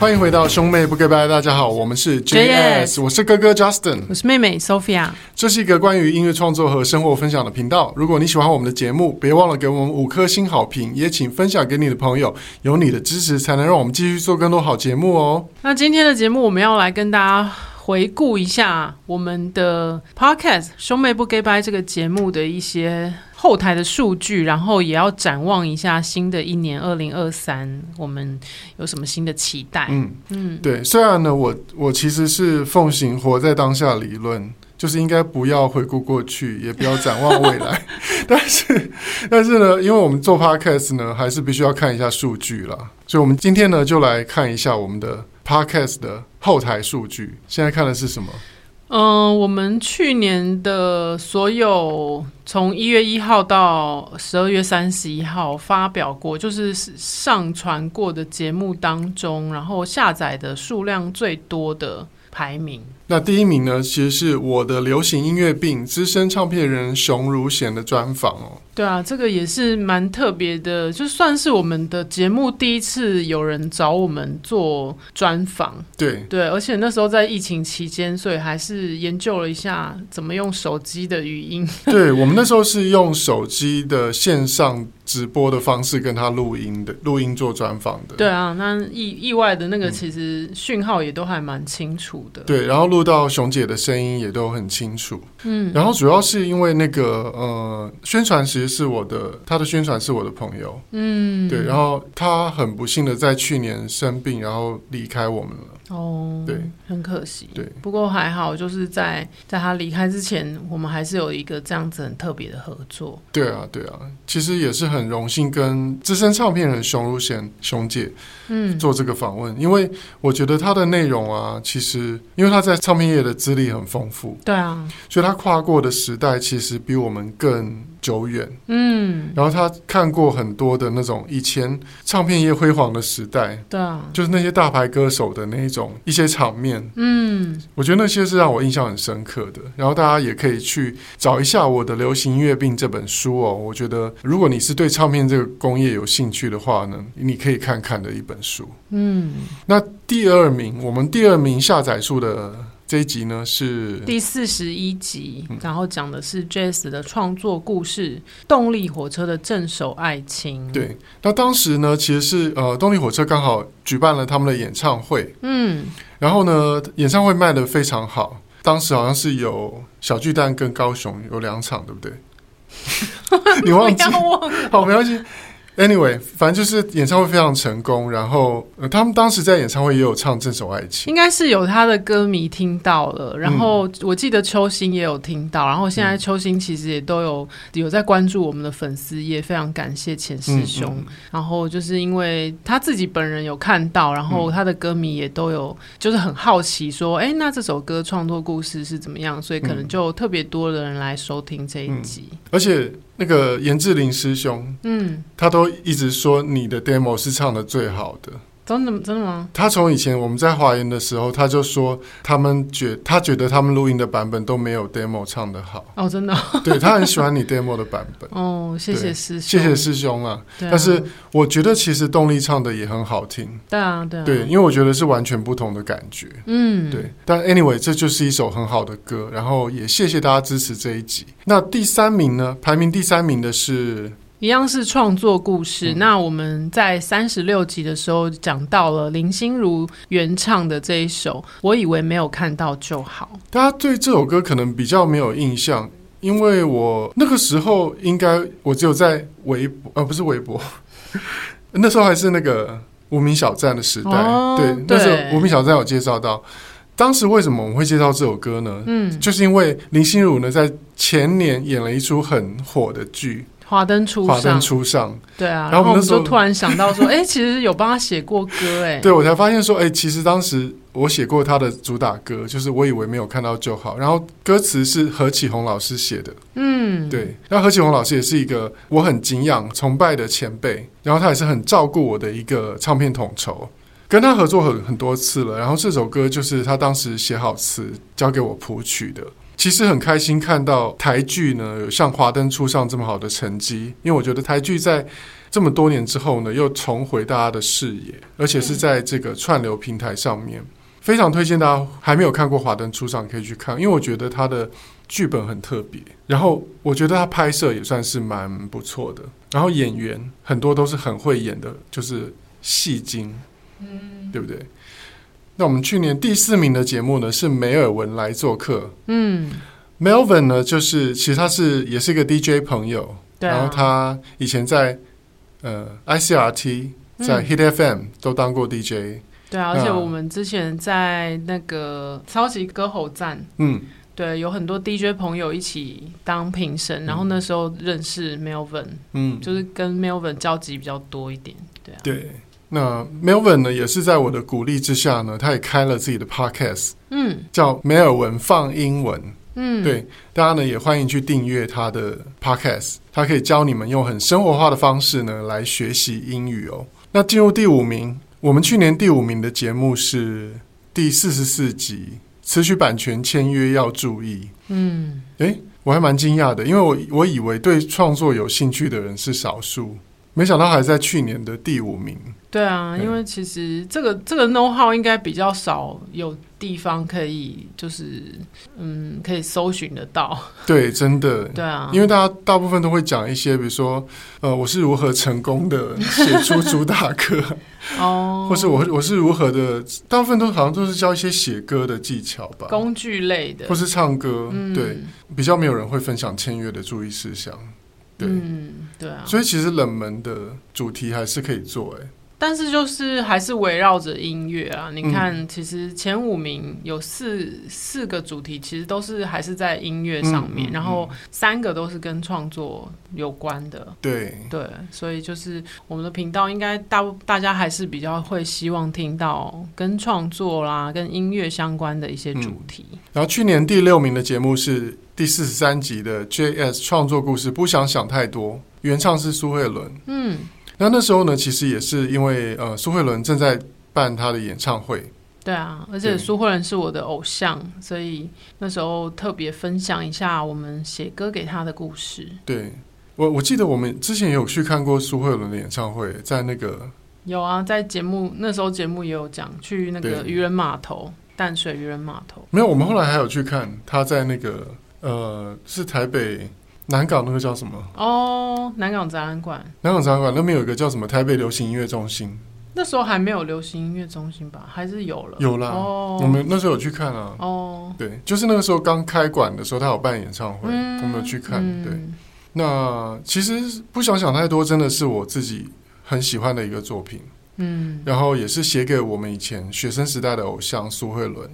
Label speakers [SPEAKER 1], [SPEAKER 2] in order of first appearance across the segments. [SPEAKER 1] 欢迎回到兄妹不告白，大家好，我们是
[SPEAKER 2] JS
[SPEAKER 1] JS，我是哥哥 Justin，
[SPEAKER 2] 我是妹妹 Sophia。
[SPEAKER 1] 这是一个关于音乐创作和生活分享的频道。如果你喜欢我们的节目，别忘了给我们五颗星好评，也请分享给你的朋友。有你的支持，才能让我们继续做更多好节目哦。
[SPEAKER 2] 那今天的节目，我们要来跟大家回顾一下我们的 Podcast《兄妹不 gay 掰》这个节目的一些后台的数据，然后也要展望一下新的一年二零二三，我们有什么新的期待？
[SPEAKER 1] 嗯嗯，对。虽然呢，我我其实是奉行活在当下理论，就是应该不要回顾过去，也不要展望未来。但是，但是呢，因为我们做 podcast 呢，还是必须要看一下数据啦。所以，我们今天呢，就来看一下我们的 podcast 的后台数据。现在看的是什么？
[SPEAKER 2] 嗯，我们去年的所有从一月一号到十二月三十一号发表过，就是上传过的节目当中，然后下载的数量最多的排名。
[SPEAKER 1] 那第一名呢，其实是我的流行音乐病资深唱片人熊如贤的专访哦。
[SPEAKER 2] 对啊，这个也是蛮特别的，就算是我们的节目第一次有人找我们做专访，
[SPEAKER 1] 对，
[SPEAKER 2] 对，而且那时候在疫情期间，所以还是研究了一下怎么用手机的语音。
[SPEAKER 1] 对我们那时候是用手机的线上直播的方式跟他录音的，录音做专访的。
[SPEAKER 2] 对啊，那意意外的那个其实讯号也都还蛮清楚的。
[SPEAKER 1] 嗯对，然后录到熊姐的声音也都很清楚。
[SPEAKER 2] 嗯，
[SPEAKER 1] 然后主要是因为那个呃，宣传其实是我的，他的宣传是我的朋友。
[SPEAKER 2] 嗯，
[SPEAKER 1] 对，然后他很不幸的在去年生病，然后离开我们了。
[SPEAKER 2] 哦，
[SPEAKER 1] 对，
[SPEAKER 2] 很可惜。
[SPEAKER 1] 对，
[SPEAKER 2] 不过还好，就是在在他离开之前，我们还是有一个这样子很特别的合作。
[SPEAKER 1] 对啊，对啊，其实也是很荣幸跟资深唱片人熊如贤熊姐
[SPEAKER 2] 嗯，
[SPEAKER 1] 做这个访问，因为我觉得她的内容啊，其实因为她在唱片业的资历很丰富，
[SPEAKER 2] 对啊，
[SPEAKER 1] 所以她跨过的时代其实比我们更久远。
[SPEAKER 2] 嗯，
[SPEAKER 1] 然后她看过很多的那种以前唱片业辉煌的时代，
[SPEAKER 2] 对啊，
[SPEAKER 1] 就是那些大牌歌手的那一种一些场面，
[SPEAKER 2] 嗯，
[SPEAKER 1] 我觉得那些是让我印象很深刻的。然后大家也可以去找一下我的《流行音乐病》这本书哦。我觉得如果你是对唱片这个工业有兴趣的话呢，你可以看看的一本书。
[SPEAKER 2] 嗯，
[SPEAKER 1] 那第二名，我们第二名下载数的这一集呢是，
[SPEAKER 2] 第四十一集，然后讲的是 Jazz 的创作故事，《动力火车的正手爱情》。，
[SPEAKER 1] 对，那当时呢其实是呃动力火车刚好举办了他们的演唱会，
[SPEAKER 2] 嗯，
[SPEAKER 1] 然后呢演唱会卖的非常好，当时好像是有小巨蛋跟高雄有两场，对不 对？你
[SPEAKER 2] 不
[SPEAKER 1] 忘记
[SPEAKER 2] 要？忘了，
[SPEAKER 1] 好，没关系。Anyway，反正就是演唱会非常成功，然后、呃、他们当时在演唱会也有唱《这首爱情》，
[SPEAKER 2] 应该是有他的歌迷听到
[SPEAKER 1] 嗯
[SPEAKER 2] 了，然后我记得邱星也有听到，然后现在邱星其实也都有有在关注我们的粉丝页，非常感谢钱师兄。
[SPEAKER 1] 嗯
[SPEAKER 2] 然后就是因为他自己本人有看到，然后他的歌迷也都有就是很好奇说，哎、那这首歌创作故事是怎么样？所以
[SPEAKER 1] 嗯
[SPEAKER 2] 可能就特别多的人来收听这一集。
[SPEAKER 1] 而且那个严志林师兄
[SPEAKER 2] 嗯，
[SPEAKER 1] 他都一直说你的 demo 是唱的最好的。
[SPEAKER 2] 真的真的吗？
[SPEAKER 1] 他从以前我们在华研的时候，他就说他们觉他觉得他们录音的版本都没有 demo 唱的 好，
[SPEAKER 2] 哦，真的哦
[SPEAKER 1] 对他很喜欢你 demo 的版 本。
[SPEAKER 2] 哦，谢谢师
[SPEAKER 1] 谢
[SPEAKER 2] 兄，
[SPEAKER 1] 谢师兄啊！
[SPEAKER 2] 对啊。
[SPEAKER 1] 但是我觉得其实动力唱的也很好听，
[SPEAKER 2] 对啊，对啊，
[SPEAKER 1] 对，因为我觉得是完全不同的感觉，
[SPEAKER 2] 嗯，
[SPEAKER 1] 对。但 anyway，这就是一首很好的歌，然后也谢谢大家支持这一集。那第三名呢？排名第三名的是
[SPEAKER 2] 一样是创作故
[SPEAKER 1] 嗯
[SPEAKER 2] 事。那我们在三十六集的时候讲到了林心如原唱的这一首《我以为没有看到就好》。
[SPEAKER 1] 大家对这首歌可能比较没有印象，因为我那个时候应该我只有在微博，呃，不是微博， 那时候还是那个无名小站的时代。
[SPEAKER 2] 哦
[SPEAKER 1] 对，那时
[SPEAKER 2] 对
[SPEAKER 1] 候无名小站有介绍到。当时为什么我们会介绍这首歌呢？
[SPEAKER 2] 嗯，
[SPEAKER 1] 就是因为林心如呢，在前年演了一出很火的剧
[SPEAKER 2] 华灯初
[SPEAKER 1] 《
[SPEAKER 2] 上，
[SPEAKER 1] 华灯初上》，
[SPEAKER 2] 对
[SPEAKER 1] 然后
[SPEAKER 2] 啊，然后我
[SPEAKER 1] 我们
[SPEAKER 2] 们
[SPEAKER 1] 那时候
[SPEAKER 2] 就突然想到说， 哎、其实有帮他写过歌、哎，
[SPEAKER 1] 对我才发现说，哎、其实当时我写过他的主打歌，就是我以为没有看到就好，然后歌词是何启宏老师写的。
[SPEAKER 2] 嗯，，
[SPEAKER 1] 对，那何启宏老师也是一个我很敬仰、崇拜的前辈，然后他也是很照顾我的一个唱片统筹，跟他合作很很多次了。然后这首歌就是他当时写好词，交给我谱曲的。其实很开心看到台剧呢有像《华灯初上》这么好的成绩，因为我觉得台剧在这么多年之后呢，又重回大家的视野，而且是在这个串流平台上面，非常推荐大家还没有看过《华灯初上》可以去看，因为我觉得它的剧本很特别，然后我觉得它拍摄也算是蛮不错的，然后演员很多都是很会演的，就是戏精，嗯，对不对？那我们去年第四名的节目呢是梅尔文来做客
[SPEAKER 2] 嗯，
[SPEAKER 1] ，Melvin 呢就是其实他是也是一个 DJ 朋友，
[SPEAKER 2] 对啊，
[SPEAKER 1] 然后他以前在呃 ICRT
[SPEAKER 2] 嗯
[SPEAKER 1] 在 Hit FM、都当过 DJ，
[SPEAKER 2] 对啊，而且
[SPEAKER 1] 那
[SPEAKER 2] 我们之前在那个超级歌喉战，
[SPEAKER 1] 嗯，
[SPEAKER 2] 对，有很多 DJ 朋友一起当评审，然后那时候认识 Melvin，
[SPEAKER 1] 嗯，
[SPEAKER 2] 就是跟 Melvin 交集比较多一点，对啊，
[SPEAKER 1] 对。那 Melvin 呢，也是在我的鼓励之下呢，他也开了自己的 podcast，
[SPEAKER 2] 嗯
[SPEAKER 1] 叫梅尔文放英文。
[SPEAKER 2] 嗯，
[SPEAKER 1] 对，大家呢也欢迎去订阅他的 podcast，他可以教你们用很生活化的方式呢来学习英语哦。那进入第五名，我们去年第五名的节目是第四十四集，词曲版权签约要注意。
[SPEAKER 2] 嗯，
[SPEAKER 1] 诶，我还蛮惊讶的，因为我我以为对创作有兴趣的人是少数，没想到还在去年的第五名。
[SPEAKER 2] 对啊，
[SPEAKER 1] 对
[SPEAKER 2] 因为其实这个这个 know how 应该比较少有地方可以就是嗯可以搜寻得到，
[SPEAKER 1] 对，真的，
[SPEAKER 2] 对啊，
[SPEAKER 1] 因为大家大部分都会讲一些，比如说，呃，我是如何成功的写出主打歌，
[SPEAKER 2] 哦，
[SPEAKER 1] 或是我我是如何的，大部分都好像都是教一些写歌的技巧吧，
[SPEAKER 2] 工具类的
[SPEAKER 1] 或，是唱歌，
[SPEAKER 2] 嗯
[SPEAKER 1] 对，比较没有人会分享签约的注意事项，对，
[SPEAKER 2] 嗯，对啊，
[SPEAKER 1] 所以其实冷门的主题还是可以做、欸，
[SPEAKER 2] 但是就是还是围绕着音乐啊。你
[SPEAKER 1] 嗯
[SPEAKER 2] 看，其实前五名有四四个主题，其实都是还是在音乐
[SPEAKER 1] 嗯
[SPEAKER 2] 上面，
[SPEAKER 1] 嗯
[SPEAKER 2] 然后三个都是跟创作有关的。
[SPEAKER 1] 对，
[SPEAKER 2] 对，所以就是我们的频道应该大部大家还是比较会希望听到跟创作啦、跟音乐相关的一些主题。
[SPEAKER 1] 然后去年第六名的节目是第四十三集的 JS 创作故事，不想想太多，原唱是苏慧伦。
[SPEAKER 2] 嗯
[SPEAKER 1] 那那时候呢，其实也是因为呃，苏慧伦正在办她的演唱会，
[SPEAKER 2] 对啊，而且
[SPEAKER 1] 对
[SPEAKER 2] 苏慧伦是我的偶像，所以那时候特别分享一下我们写歌给他的故事。
[SPEAKER 1] 对我我记得我们之前也有去看过苏慧伦的演唱会，在那个
[SPEAKER 2] 有啊，在节目那时候节目也有讲，去那个
[SPEAKER 1] 对
[SPEAKER 2] 渔人码头，淡水渔人码头。
[SPEAKER 1] 没有，我们后来还有去看她在那个呃，是台北南港那个叫什么
[SPEAKER 2] 哦，南港展览馆
[SPEAKER 1] 南港展览馆那边有一个叫什么台北流行音乐中心，
[SPEAKER 2] 那时候还没有流行音乐中心吧？还是有了？
[SPEAKER 1] 有啦啊
[SPEAKER 2] 哦，
[SPEAKER 1] 我们那时候有去看啊。
[SPEAKER 2] 哦，
[SPEAKER 1] 对，就是那个时候刚开馆的时候，她有办演唱会，
[SPEAKER 2] 嗯
[SPEAKER 1] 我们有去看。
[SPEAKER 2] 嗯
[SPEAKER 1] 对，那其实不想想太多，真的是我自己很喜欢的一个作品，
[SPEAKER 2] 嗯，
[SPEAKER 1] 然后也是写给我们以前学生时代的偶像苏慧伦，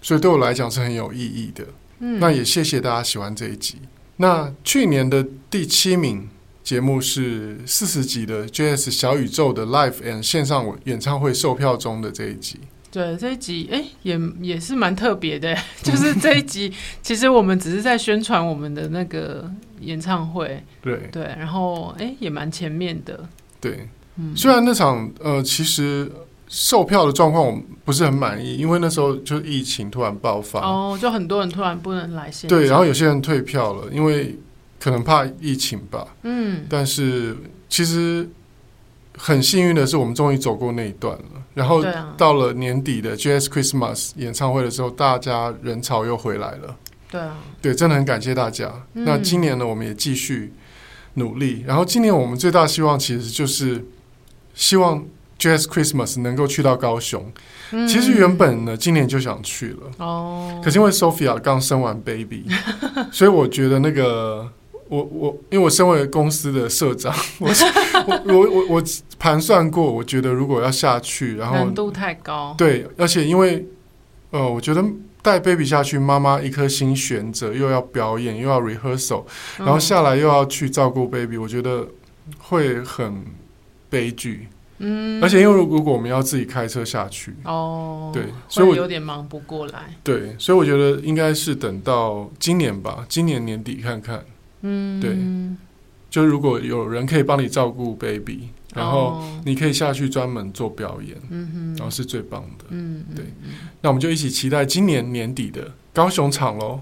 [SPEAKER 1] 所以对我来讲是很有意义的。
[SPEAKER 2] 嗯
[SPEAKER 1] 那也谢谢大家喜欢这一集。那去年的第七名节目是四十集的 JS 小宇宙的 Live and 线上演唱会售票中的这一集，
[SPEAKER 2] 对这一集，哎、也也是蛮特别的， 就是这一集，其实我们只是在宣传我们的那个演唱会，
[SPEAKER 1] 对
[SPEAKER 2] 对，然后哎、也蛮前面的，
[SPEAKER 1] 对，
[SPEAKER 2] 嗯，
[SPEAKER 1] 虽然那场呃，其实售票的状况我们不是很满意，因为那时候就是疫情突然爆发，
[SPEAKER 2] 哦，就很多人突然不能来现场，
[SPEAKER 1] 对，然后有些人退票了，因为可能怕疫情吧。
[SPEAKER 2] 嗯，
[SPEAKER 1] 但是其实很幸运的是，我们终于走过那一段了。然后
[SPEAKER 2] 对啊
[SPEAKER 1] 哦到了年底的 JS Christmas 演唱会的时候，大家人潮又回来了。
[SPEAKER 2] 对啊，
[SPEAKER 1] 对，真的很感谢大家。
[SPEAKER 2] 嗯
[SPEAKER 1] 那今年呢，我们也继续努力。然后今年我们最大希望其实就是希望 Jazz Christmas 能够去到高雄。
[SPEAKER 2] 嗯
[SPEAKER 1] 其实原本呢，今年就想去了，
[SPEAKER 2] 哦，
[SPEAKER 1] 可是因为 Sophia 刚生完 baby，所以我觉得那个。我我因为我身为公司的社长，我是我我我我盘算过，我觉得如果要下去，然后
[SPEAKER 2] 难度太高，
[SPEAKER 1] 对，而且因为呃，我觉得带 baby 下去，妈妈一颗心悬着，又要表演，又要 rehearsal，、
[SPEAKER 2] 嗯
[SPEAKER 1] 然后下来又要去照顾 baby，我觉得会很悲剧。
[SPEAKER 2] 嗯，
[SPEAKER 1] 而且因为如果我们要自己开车下去，
[SPEAKER 2] 哦，
[SPEAKER 1] 对
[SPEAKER 2] 会
[SPEAKER 1] 所以我
[SPEAKER 2] 有点忙不过来，
[SPEAKER 1] 对，所以我觉得应该是等到今年吧，今年年底看看。
[SPEAKER 2] 嗯，
[SPEAKER 1] 对，就是如果有人可以帮你照顾 baby，然后
[SPEAKER 2] 哦
[SPEAKER 1] 你可以下去专门做表演，
[SPEAKER 2] 嗯
[SPEAKER 1] 然后
[SPEAKER 2] 哼，
[SPEAKER 1] 是最棒的。
[SPEAKER 2] 嗯，嗯
[SPEAKER 1] 对，那我们就一起期待今年年底的 高雄场喽。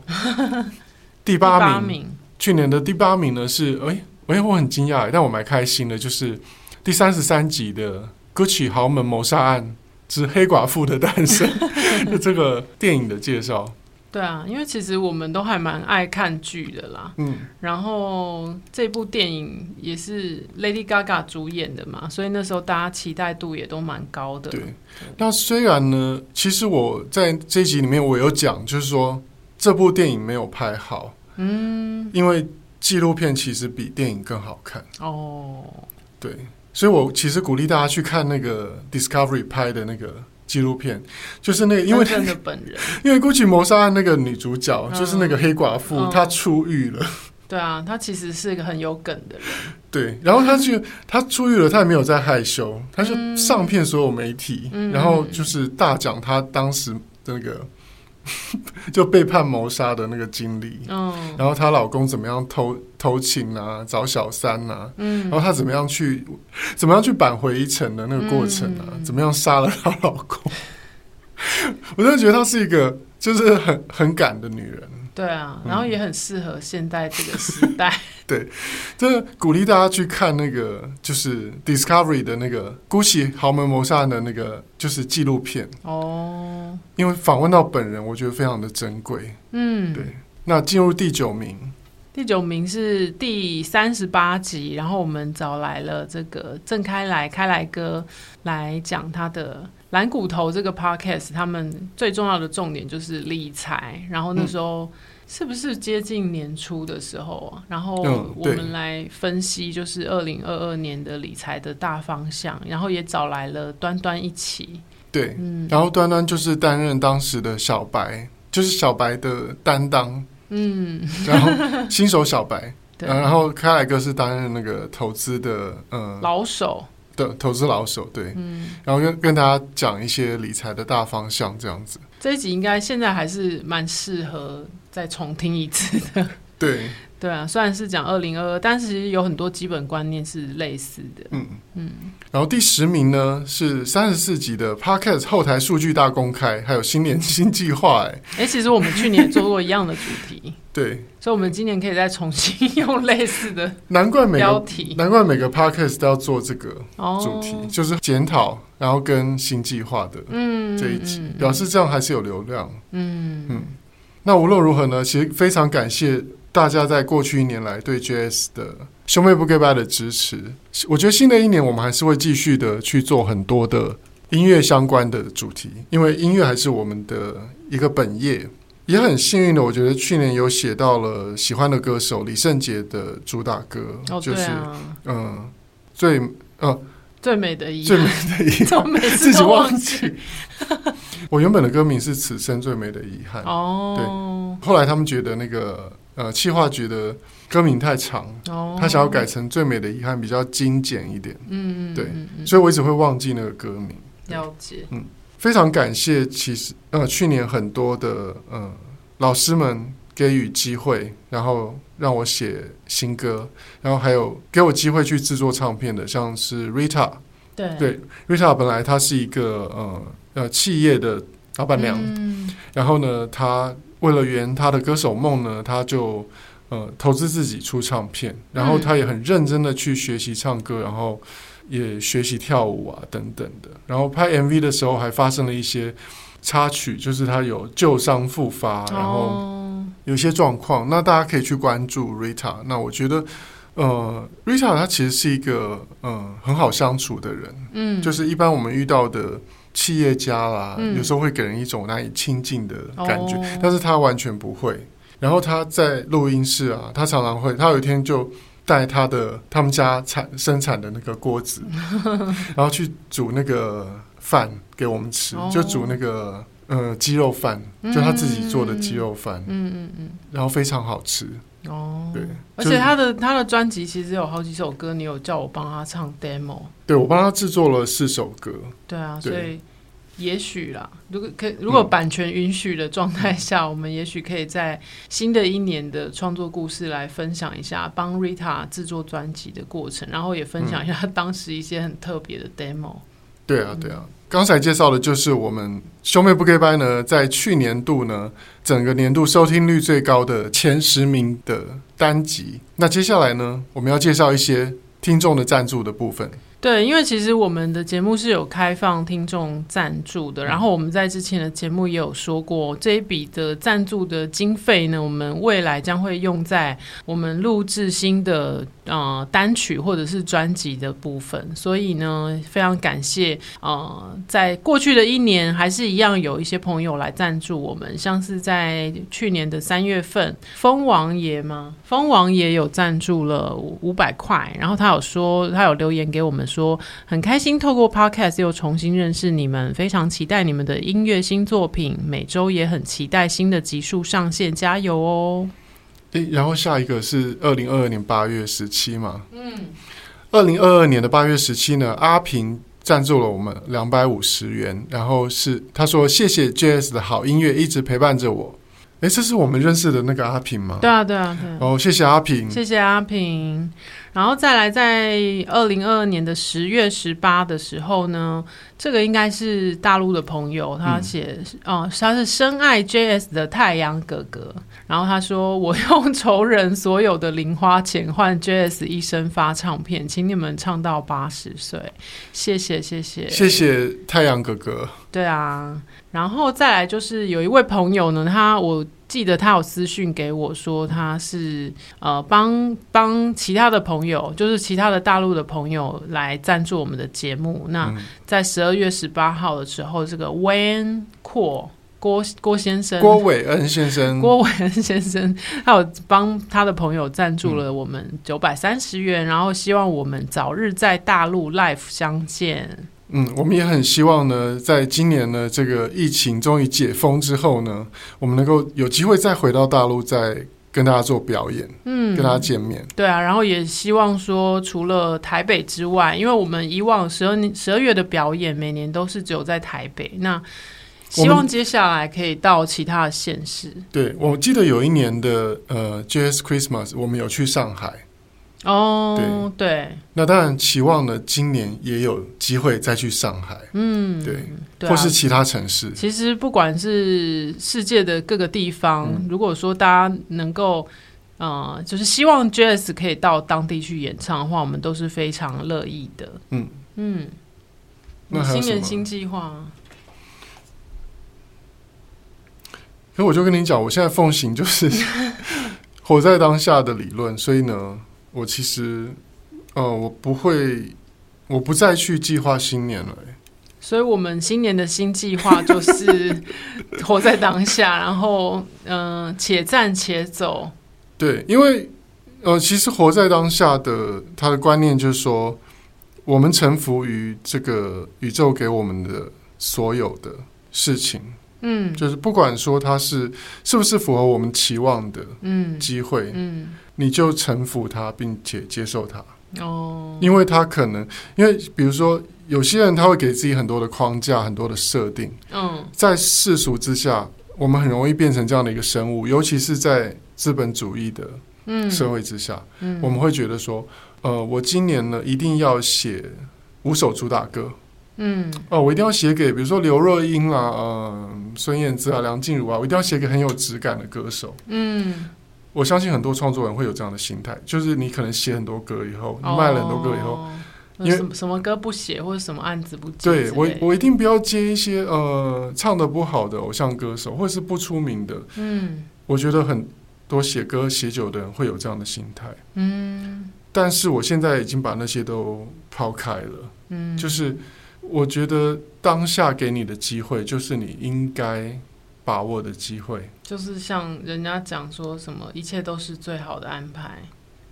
[SPEAKER 1] 第
[SPEAKER 2] 第
[SPEAKER 1] 八名，
[SPEAKER 2] 名，
[SPEAKER 1] 去年的第八名呢是哎、哎、我很惊讶，但我蛮开心的，就是第三十三集的《Gucci 豪门谋杀案之黑寡妇的诞生》 就这个电影的介绍。
[SPEAKER 2] 对啊，因为其实我们都还蛮爱看剧的啦。
[SPEAKER 1] 嗯，
[SPEAKER 2] 然后这部电影也是 Lady Gaga 主演的嘛，所以那时候大家期待度也都蛮高的。
[SPEAKER 1] 对。那虽然呢，其实我在这一集里面我有讲，就是说这部电影没有拍好，
[SPEAKER 2] 嗯，
[SPEAKER 1] 因为纪录片其实比电影更好看。
[SPEAKER 2] 哦，
[SPEAKER 1] 对，所以我其实鼓励大家去看那个 Discovery 拍的那个纪录片，就是那个，因为
[SPEAKER 2] 真正的本人，
[SPEAKER 1] 因为 Gucci 谋杀案那个女主角、
[SPEAKER 2] 嗯
[SPEAKER 1] 就是那个黑寡妇，
[SPEAKER 2] 嗯
[SPEAKER 1] 她出狱了。
[SPEAKER 2] 对啊，他其实是一个很有梗的人。
[SPEAKER 1] 对，然后她就她出狱了，她也没有在害羞，她就
[SPEAKER 2] 嗯
[SPEAKER 1] 上骗所有媒体，
[SPEAKER 2] 嗯
[SPEAKER 1] 然后就是大讲她当时的那个 就被判谋杀的那个经历，
[SPEAKER 2] 嗯
[SPEAKER 1] 然后她老公怎么样偷偷情啊，找小三啊，然
[SPEAKER 2] 嗯
[SPEAKER 1] 后她怎么样去怎么样去扳回一城的那个过程啊，
[SPEAKER 2] 嗯
[SPEAKER 1] 怎么样杀了她老公？ 我真的觉得她是一个就是很很敢的女人，
[SPEAKER 2] 对啊，
[SPEAKER 1] 嗯
[SPEAKER 2] 然后也很适合现代这个时 代。
[SPEAKER 1] 真的鼓励大家去看那个就是 Discovery 的那个 Gucci 豪门谋杀案的那个就是纪录片，
[SPEAKER 2] 哦，
[SPEAKER 1] 因为访问到本人，我觉得非常的珍贵。
[SPEAKER 2] 嗯，
[SPEAKER 1] 对那进入第九名，
[SPEAKER 2] 第九名是第三十八集，然后我们找来了这个郑开来开来哥来讲他的蓝骨头这个 podcast，他们最重要的重点就是理财。然后那时候是不是接近年初的时候啊？然后
[SPEAKER 1] 嗯
[SPEAKER 2] 我
[SPEAKER 1] 对
[SPEAKER 2] 们来分析就是二零二二年的理财的大方向，然后也找来了端端一起，
[SPEAKER 1] 对，
[SPEAKER 2] 嗯
[SPEAKER 1] 然后端端就是担任当时的小白，就是小白的担 当，
[SPEAKER 2] 嗯，
[SPEAKER 1] 然后新手小白。
[SPEAKER 2] 对，
[SPEAKER 1] 然后开来哥是担任那个投资的呃
[SPEAKER 2] 老手，
[SPEAKER 1] 的投资老手，对，
[SPEAKER 2] 嗯。
[SPEAKER 1] 然后跟跟大家讲一些理财的大方向这样子，
[SPEAKER 2] 这一集应该现在还是蛮适合再重听一次的。
[SPEAKER 1] 对，
[SPEAKER 2] 对啊， 虽然是讲二零二二，但是其实有很多基本观念是类似的。
[SPEAKER 1] 嗯
[SPEAKER 2] 嗯，
[SPEAKER 1] 然后第十名呢是三十四集的 Podcast 后台数据大公开，还有新年新计划，哎，
[SPEAKER 2] 哎、其实我们去年也做过一样的主题，
[SPEAKER 1] 对，
[SPEAKER 2] 所以我们今年可以再重新用类似的
[SPEAKER 1] 难怪每
[SPEAKER 2] 标
[SPEAKER 1] 个
[SPEAKER 2] 题
[SPEAKER 1] 难怪每个 Podcast 都要做这个
[SPEAKER 2] 哦
[SPEAKER 1] 主题，就是检讨，然后跟新计划的
[SPEAKER 2] 嗯，
[SPEAKER 1] 这一集，
[SPEAKER 2] 嗯
[SPEAKER 1] 表示这样还是有流量。
[SPEAKER 2] 嗯
[SPEAKER 1] 嗯那无论如何呢，其实非常感谢大家在过去一年来对 JS 的兄妹不 g o 的支持。我觉得新的一年我们还是会继续的去做很多的音乐相关的主题，因为音乐还是我们的一个本业。也很幸运的，我觉得去年有写到了喜欢的歌手李圣杰的主打歌，
[SPEAKER 2] 哦
[SPEAKER 1] 就是
[SPEAKER 2] 对啊，
[SPEAKER 1] 嗯，最呃
[SPEAKER 2] 最美的遗
[SPEAKER 1] 最美
[SPEAKER 2] 憾，
[SPEAKER 1] 的遗
[SPEAKER 2] 怎么
[SPEAKER 1] 憾，
[SPEAKER 2] 每次
[SPEAKER 1] 自己
[SPEAKER 2] 都
[SPEAKER 1] 忘
[SPEAKER 2] 记
[SPEAKER 1] 记。我原本的歌名是《此生最美的遗憾》，
[SPEAKER 2] 哦，
[SPEAKER 1] 后来他们觉得那个呃，企划局的歌名太长，
[SPEAKER 2] 哦，
[SPEAKER 1] 他想要改成《最美的遗憾》，比较精简一点，
[SPEAKER 2] 嗯，嗯，
[SPEAKER 1] 对
[SPEAKER 2] 嗯，嗯
[SPEAKER 1] 所以我一直会忘记那个歌名。
[SPEAKER 2] 了解，
[SPEAKER 1] 非常感谢，其实呃，去年很多的呃老师们给予机会，然后让我写新歌，然后还有给我机会去制作唱片的，像是 Rita，
[SPEAKER 2] 对
[SPEAKER 1] 对 Rita 本来她是一个呃呃企业的老板娘，
[SPEAKER 2] 嗯
[SPEAKER 1] 然后呢，他为了圆他的歌手梦呢，他就呃投资自己出唱片，然后他也很认真的去学习唱歌，然后也学习跳舞啊等等的。然后拍 MV 的时候还发生了一些插曲，就是他有旧伤复发，然后
[SPEAKER 2] 哦
[SPEAKER 1] 有一些状况。那大家可以去关注 Rita。那我觉得。呃，Rita 她其实是一个嗯很好相处的人，
[SPEAKER 2] 嗯，
[SPEAKER 1] 就是一般我们遇到的企业家啦，
[SPEAKER 2] 嗯
[SPEAKER 1] 有时候会给人一种难以亲近的感觉，
[SPEAKER 2] 哦
[SPEAKER 1] 但是他完全不会。然后他在录音室啊，他常常会，他有一天就带他的他们家产生产的那个锅 子，然后去煮那个饭给我们吃，
[SPEAKER 2] 哦
[SPEAKER 1] 就煮那个呃鸡肉饭，就他自己做的鸡肉饭，
[SPEAKER 2] 嗯嗯嗯
[SPEAKER 1] 然后非常好吃。
[SPEAKER 2] 嗯，哦，
[SPEAKER 1] 对，
[SPEAKER 2] 而
[SPEAKER 1] 就
[SPEAKER 2] 且
[SPEAKER 1] 是
[SPEAKER 2] 他的他的专辑其实有好几首歌，你有叫我帮他唱 demo，
[SPEAKER 1] 对我帮他制作了四首歌，
[SPEAKER 2] 对啊，
[SPEAKER 1] 对
[SPEAKER 2] 所以也许啦，如果可如果版权允许的状态下，
[SPEAKER 1] 嗯
[SPEAKER 2] 我们也许可以在新的一年的创作故事来分享一下帮
[SPEAKER 1] 嗯
[SPEAKER 2] Rita 制作专辑的过程，然后也分享一下当时一些很特别的 demo。
[SPEAKER 1] 对啊，对啊。刚才介绍的就是我们兄妹不 g 班呢，在去年度呢，整个年度收听率最高的前十名的单集。那接下来呢，我们要介绍一些听众的赞助的部分。
[SPEAKER 2] 对，因为其实我们的节目是有开放听众赞助的，然后我们在之前的节目也有说过，这一笔的赞助的经费呢，我们未来将会用在我们录制新的呃单曲或者是专辑的部分，所以呢，非常感谢呃，在过去的一年还是一样有一些朋友来赞助我们，像是在去年的三月份，蜂王爷吗？蜂王爷有赞助了五百块，然后他有说他有留言给我们说，很开心透过 podcast 又重新认识你们，非常期待你们的音乐新作品，每周也很期待新的集数上线，加油哦！
[SPEAKER 1] 诶，然后下一个是二零二二年八月十七嘛，嗯，二零二二年的八月十七呢，阿平赞助了我们两百五十元，然后是他说谢谢 JS 的好音乐一直陪伴着我。诶，这是我们认识的那个阿平吗？
[SPEAKER 2] 对啊，对啊，对啊。
[SPEAKER 1] 哦，谢谢阿平，
[SPEAKER 2] 谢谢阿平。然后再来，在二零二二年的十月十八的时候呢，这个应该是大陆的朋友，
[SPEAKER 1] 嗯
[SPEAKER 2] 他写哦、他是深爱 JS 的太阳哥哥。然后他说：“我用仇人所有的零花钱换 JS 一生发唱片，请你们唱到八十岁，谢谢，谢谢，
[SPEAKER 1] 谢谢太阳哥哥。
[SPEAKER 2] 对啊，然后再来就是有一位朋友呢，他我记得他有私讯给我说他是呃帮帮其他的朋友，就是其他的大陆的朋友来赞助我们的节目。那
[SPEAKER 1] 嗯
[SPEAKER 2] 在十二月十八号的时候，这个 Wayne 阔郭郭先生
[SPEAKER 1] 郭伟恩先生，
[SPEAKER 2] 嗯郭伟恩先生，他有帮他的朋友赞助
[SPEAKER 1] 嗯
[SPEAKER 2] 了我们九百三十元，然后希望我们早日在大陆 live 相见。
[SPEAKER 1] 嗯，我们也很希望呢，在今年呢，这个疫情终于解封之后呢，我们能够有机会再回到大陆，再跟大家做表演，
[SPEAKER 2] 嗯，
[SPEAKER 1] 跟大家见面。
[SPEAKER 2] 对啊，然后也希望说，除了台北之外，因为我们以往十二十二月的表演每年都是只有在台北，那希望接下来可以到其他的县市。
[SPEAKER 1] 对，我记得有一年的呃 JS Christmas，我们有去上海。
[SPEAKER 2] 哦，对，
[SPEAKER 1] 那当然，期望呢，今年也有机会再去上海，
[SPEAKER 2] 嗯，
[SPEAKER 1] 对，
[SPEAKER 2] 对啊、
[SPEAKER 1] 或是其他城市。
[SPEAKER 2] 其实不管是世界的各个地方，
[SPEAKER 1] 嗯
[SPEAKER 2] 如果说大家能够，呃，就是希望 Jazz 可以到当地去演唱的话，我们都是非常乐意的。
[SPEAKER 1] 嗯
[SPEAKER 2] 嗯，
[SPEAKER 1] 那还有
[SPEAKER 2] 新
[SPEAKER 1] 什
[SPEAKER 2] 年
[SPEAKER 1] 么
[SPEAKER 2] 新计划啊，
[SPEAKER 1] 可我就跟你讲，我现在奉行就是活在当下的理论，所以呢，我其实呃，我不会，我不再去计划新年了、欸
[SPEAKER 2] 所以我们新年的新计划就是 活在当下，然后嗯、呃且战且走。
[SPEAKER 1] 对，因为呃，其实活在当下的他的观念就是说，我们臣服于这个宇宙给我们的所有的事情，
[SPEAKER 2] 嗯
[SPEAKER 1] 就是不管说它是是不是符合我们期望的
[SPEAKER 2] 嗯
[SPEAKER 1] 机会，
[SPEAKER 2] 嗯
[SPEAKER 1] 你就臣服它，并且接受它。
[SPEAKER 2] 哦，
[SPEAKER 1] 因为他可能，因为比如说，有些人他会给自己很多的框架、很多的设定，
[SPEAKER 2] 嗯
[SPEAKER 1] 在世俗之下，我们很容易变成这样的一个生物，尤其是在资本主义的
[SPEAKER 2] 嗯
[SPEAKER 1] 社会之下，
[SPEAKER 2] 嗯
[SPEAKER 1] 我们会觉得说，呃，我今年呢一定要写五首主打歌，
[SPEAKER 2] 嗯
[SPEAKER 1] 哦、我一定要写给比如说刘若英啦、呃孙燕姿啊、梁静茹啊，我一定要写给很有质感的歌手。
[SPEAKER 2] 嗯，
[SPEAKER 1] 我相信很多创作人会有这样的心态，就是你可能写很多歌以后，你卖了很多歌以后。
[SPEAKER 2] 哦，
[SPEAKER 1] 因为
[SPEAKER 2] 什么什么歌不写或者什么案子不接之类
[SPEAKER 1] 对
[SPEAKER 2] 的，
[SPEAKER 1] 我，我一定不要接一些呃唱的不好的偶像歌手，或是不出名的。
[SPEAKER 2] 嗯
[SPEAKER 1] 我觉得很多写歌写久的人会有这样的心态，
[SPEAKER 2] 嗯
[SPEAKER 1] 但是我现在已经把那些都抛开了。
[SPEAKER 2] 嗯，
[SPEAKER 1] 就是我觉得当下给你的机会，就是你应该把握的机会。
[SPEAKER 2] 就是像人家讲说什么，一切都是最好的安排。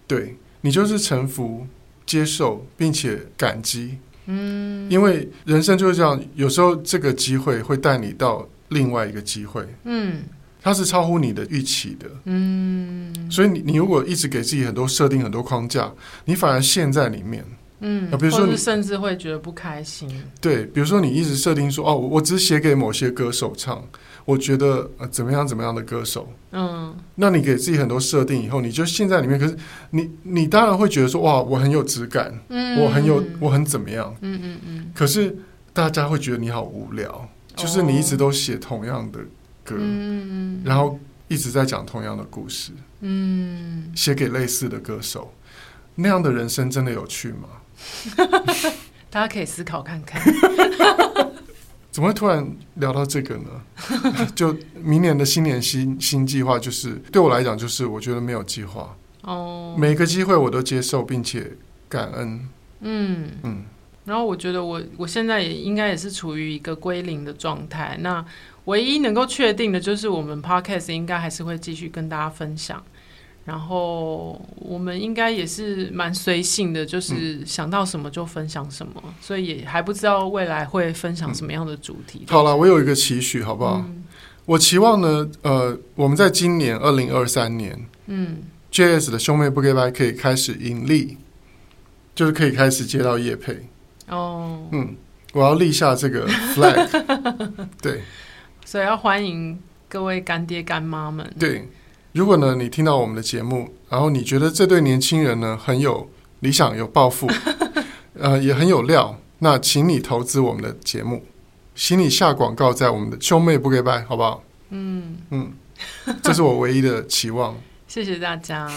[SPEAKER 1] 对你就是臣服、接受，并且感激，
[SPEAKER 2] 嗯，
[SPEAKER 1] 因为人生就是这样。有时候这个机会会带你到另外一个机会，
[SPEAKER 2] 嗯
[SPEAKER 1] 它是超乎你的预期的。
[SPEAKER 2] 嗯
[SPEAKER 1] 所以你你如果一直给自己很多设定、很多框架，你反而陷在里面。
[SPEAKER 2] 嗯，
[SPEAKER 1] 啊比如说
[SPEAKER 2] 或是
[SPEAKER 1] 你
[SPEAKER 2] 甚至会觉得不开心。
[SPEAKER 1] 对，比如说你一直设定说，哦，我我只写给某些歌手唱，我觉得呃怎么样怎么样的歌手，
[SPEAKER 2] 嗯
[SPEAKER 1] 那你给自己很多设定以后，你就陷在里面。可是你你当然会觉得说，哇，我很有质感，
[SPEAKER 2] 嗯，
[SPEAKER 1] 我很有
[SPEAKER 2] 嗯
[SPEAKER 1] 我很怎么样。
[SPEAKER 2] 嗯嗯
[SPEAKER 1] 可是大家会觉得你好无聊，就是你一直
[SPEAKER 2] 哦
[SPEAKER 1] 都写同样的歌，然后一直在讲同样的故事，
[SPEAKER 2] 嗯，
[SPEAKER 1] 写给类似的歌手，那样的人生真的有趣吗？
[SPEAKER 2] 大家可以思考看看。
[SPEAKER 1] 怎么会突然聊到这个呢？ 就明年的新年新新计划，就是对我来讲，就是我觉得没有计划，
[SPEAKER 2] 哦，
[SPEAKER 1] 每个机会我都接受，并且感恩。
[SPEAKER 2] 嗯。
[SPEAKER 1] 嗯，
[SPEAKER 2] 然后我觉得我我现在也应该也是处于一个归零的状态。那唯一能够确定的就是，我们 podcast 应该还是会继续跟大家分享。然后我们应该也是蛮随性的，
[SPEAKER 1] 嗯
[SPEAKER 2] 就是想到什么就分享什么，所以也还不知道未来会分享什么样的主题。
[SPEAKER 1] 好了，我有一个期许，好不
[SPEAKER 2] 嗯
[SPEAKER 1] 好？我期望呢，呃，我们在今年二零二三年
[SPEAKER 2] 嗯，
[SPEAKER 1] ，JS 的兄妹不给白可以开始盈利，就是可以开始接到业配。
[SPEAKER 2] 哦，
[SPEAKER 1] 嗯，我要立下这个 flag。对
[SPEAKER 2] 所以要欢迎各位干爹干妈们。
[SPEAKER 1] 对，如果呢你听到我们的节目，然后你觉得这对年轻人呢很有理想、有抱负，呃，也很有料，那请你投资我们的节目，请你下广告在我们的兄妹不给白，好不好？
[SPEAKER 2] 嗯，
[SPEAKER 1] 嗯，这是我唯一的期望。
[SPEAKER 2] 谢谢大家。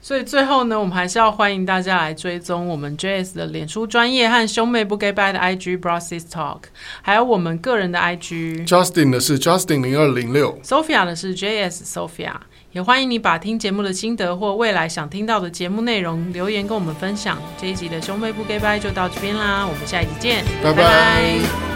[SPEAKER 2] 所以最后呢，我们还是要欢迎大家来追踪我们 JS 的脸书专业和兄妹不 gay bye 的 IG b r o s i s Talk，还有我们个人的 IG。
[SPEAKER 1] Justin 的是 Justin 零二零六，
[SPEAKER 2] Sophia 的是 JS Sophia，也欢迎你把听节目的心得或未来想听到的节目内容留言跟我们分享。这一集的兄妹不 gay bye 就到这边啦，我们下一集见，
[SPEAKER 1] 拜拜
[SPEAKER 2] 拜